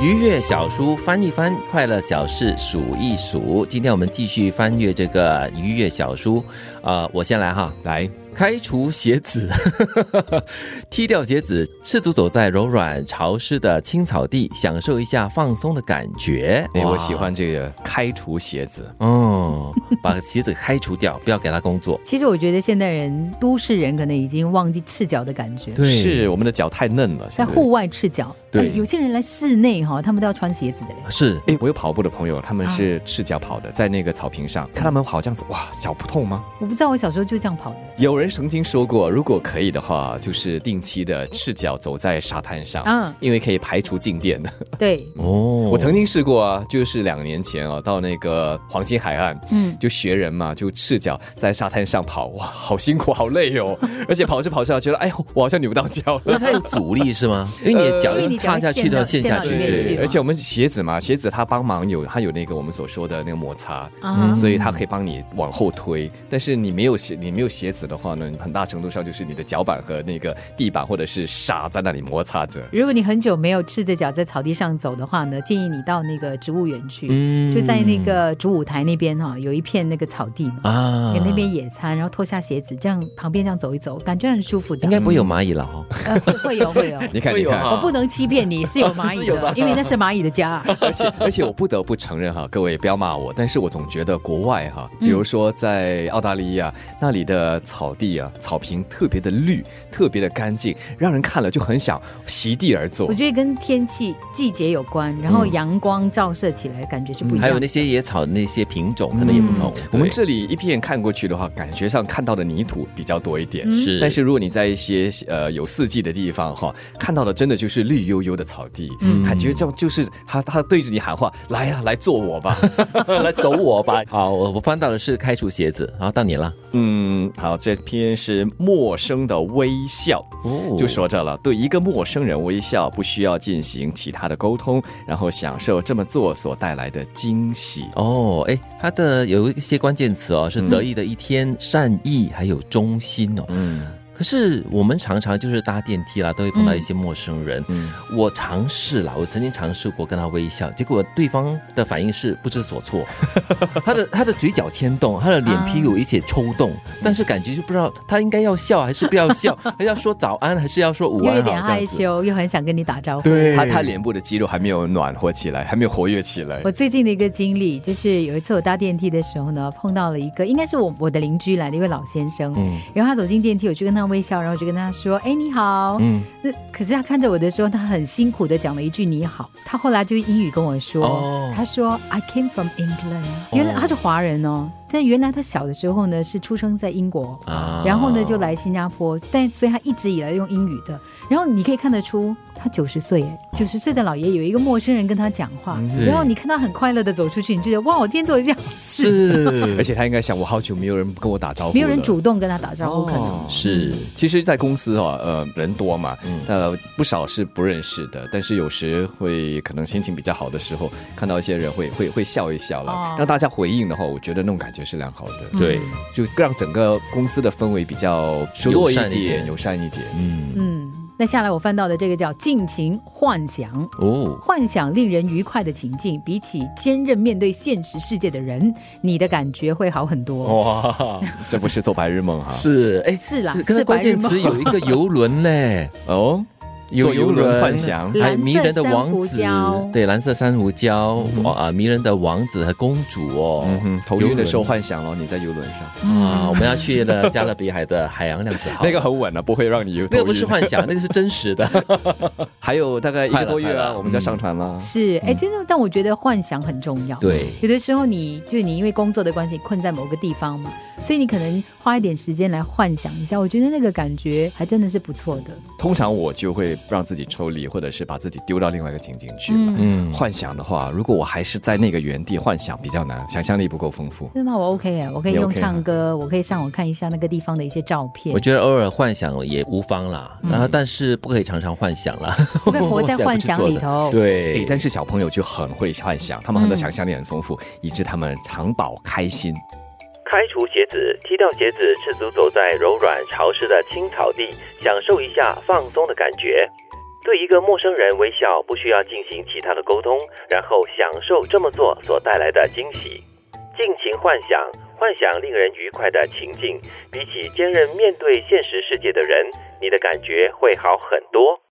愉悦小书翻一翻，快乐小事数一数。今天我们继续翻阅这个愉悦小书，呃，我先来哈，来，开除鞋子， 踢掉鞋子，赤足走在柔软潮湿的青草地，享受一下放松的感觉。哎，我哇喜欢这个开除鞋子，哦，把鞋子开除掉，不要给他工作。其实我觉得现代人，都市人可能已经忘记赤脚的感觉，对是我们的脚太嫩了。在现在户外赤脚。对哎有些人来室内哈，他们都要穿鞋子的嘞。是哎，我有跑步的朋友，他们是赤脚跑的，在那个草坪上，看他们跑这样子，哇，脚不痛吗？我不知道我小时候就这样跑 的有人曾经说过，如果可以的话，就是定期的赤脚走在沙滩上，嗯因为可以排除静电。对，哦，我曾经试过啊，就是两年前哦，到那个黄金海岸，嗯，就学人嘛，就赤脚在沙滩上跑，哇，好辛苦，好累 哦，而且跑着跑着觉得，哎呦，我好像扭到脚了。那它有阻力是 吗？因为你的脚呃因为一你脚踏下去都要陷陷下到去，陷到里面对去对嘛而且我们鞋子嘛，鞋子它帮忙有它有那个我们所说的那个摩擦，啊嗯哈所以它可以帮你往后推。但是你没有鞋，你没有鞋子的话呢，很大程度上就是你的脚板和那个地板或者是沙在那里摩擦着。如果你很久没有赤着脚在草地上走的话呢，建议你到那个植物园去，嗯就在那个主舞台那边哈，有一片那个草地嘛，啊给那边野餐，然后脱下鞋子，这样旁边这样走一走，感觉很舒服的。应该不会有蚂蚁了哦。 呃会会 有会有，你看，会你有看哈，我不能欺骗你，是有蚂 是蚁有的的，因为那是蚂蚁的 家。而且而且我不得不承认哈，各位不要骂我，但是我总觉得国外哈，比如说在澳大利亚、那里的草地啊，草坪特别的绿，特别的干净，让人看了就很想席地而坐我。觉得跟天气、季节有关，然嗯后阳光照射起来，感觉就不一样。还有那些野草的那些品种可能嗯也不同。我们对这里一片看过去的话，感觉上看到的泥土比较多一点，嗯是但是如果你在一些呃有四季的地方哈，看到的真的就是绿油油的草地，嗯感觉这样就是他他对着你喊话，来呀、来坐 我吧。来走我吧。好，我我翻到的是开除鞋子，然后到你了。嗯，好，这篇是陌生的微笑，哦就说这了。对一个陌生人微笑，不需要进行其他的沟通，然后享受这么做所带来的惊喜。哦，哎，它的有一些关键词哦，是得意的一天、善意还有忠心哦。嗯可是我们常常就是搭电梯啦，都会碰到一些陌生人。嗯，我尝试啦，我曾经尝试过跟他微笑，结果对方的反应是不知所措，他的他的嘴角牵动，他的脸皮有一些抽动，但是感觉就不知道他应该要笑还是不要笑，还要说早安嗯还是要说午又安有好点这样害子。羞，又很想跟你打招呼。他他脸部的肌肉还没有暖和起来，还没有活跃起来我。最近的一个经历，就是有一次我搭电梯的时候呢，碰到了一个应该是我我的邻居来的一位老先生，嗯然后他走进电梯，我就跟他微笑，然后我就跟他说：“哎，你好。嗯，那可是他看着我的时候，他很辛苦的讲了一句“你好”，他后来就英语跟我说，哦他说 “I came from England”，原来他是华人哦，但原来他小的时候呢是出生在英国，啊然后呢就来新加坡，但所以他一直以来用英语的。然后你可以看得出，他九十岁哎，九十岁的老爷有一个陌生人跟他讲话，然后你看他很快乐的走出去，你就觉得哇，我今天做了一件好事，是 而且他应该想，我好久没有人跟我打招呼了，没有人主动跟他打招呼，可能。哦是其实，在公司哦，呃，人多嘛，呃，不少是不认识的，但是有时会可能心情比较好的时候，看到一些人会会会笑一笑了哦，让大家回应的话，我觉得那种感觉是良好的，对，就让整个公司的氛围比较熟络一友善一点点，友善一点。嗯嗯，那下来我翻到的这个叫尽情幻想。哦幻想令人愉快的情境，比起坚韧面对现实世界的人，你的感觉会好很多。哦哇这不是做白日梦哈？是哎是啦刚才是白关日键词梦有一个游轮嘞，哦，有做游轮轮幻想还有迷人的王子蓝色珊瑚礁，对，蓝色珊瑚礁，哇啊，迷人的王子和公主嗯哦，哼，头晕的时候游轮幻想了，你在游轮上，嗯啊，我们要去了加勒比海的海洋量子号， 那个很稳了，不会让你有那个头晕。不是幻想，那个是真实 的，还有大概一快个了多月快了，嗯了我们就要上船了。是，哎，真的，但我觉得幻想很重要。，对。有的时候你就是你因为工作的关系困在某个地方嘛，所以你可能花一点时间来幻想一下，我觉得那个感觉还真的是不错的。通常我就会让自己抽离，或者是把自己丢到另外一个情境去嘛。 嗯幻想的话，如果我还是在那个原地幻想，比较难，想象力不够丰富。真的吗？我 OK 哎，我可以你用 OK 啊唱歌，我可以上网看一下那个地方的一些照片我。觉得偶尔幻想也无妨啦，嗯然后但是不可以常常幻想啦，不可以活在幻想里头诶， 对，但是小朋友就很会幻想，他们很多嗯想象力很丰富，以致他们常保开心。开除鞋子，踢掉鞋子，赤足走在柔软潮湿的青草地，享受一下放松的感觉。对一个陌生人微笑不需要进行其他的沟通，然后享受这么做所带来的惊喜。尽情幻想，幻想令人愉快的情境，比起坚韧面对现实世界的人，你的感觉会好很多。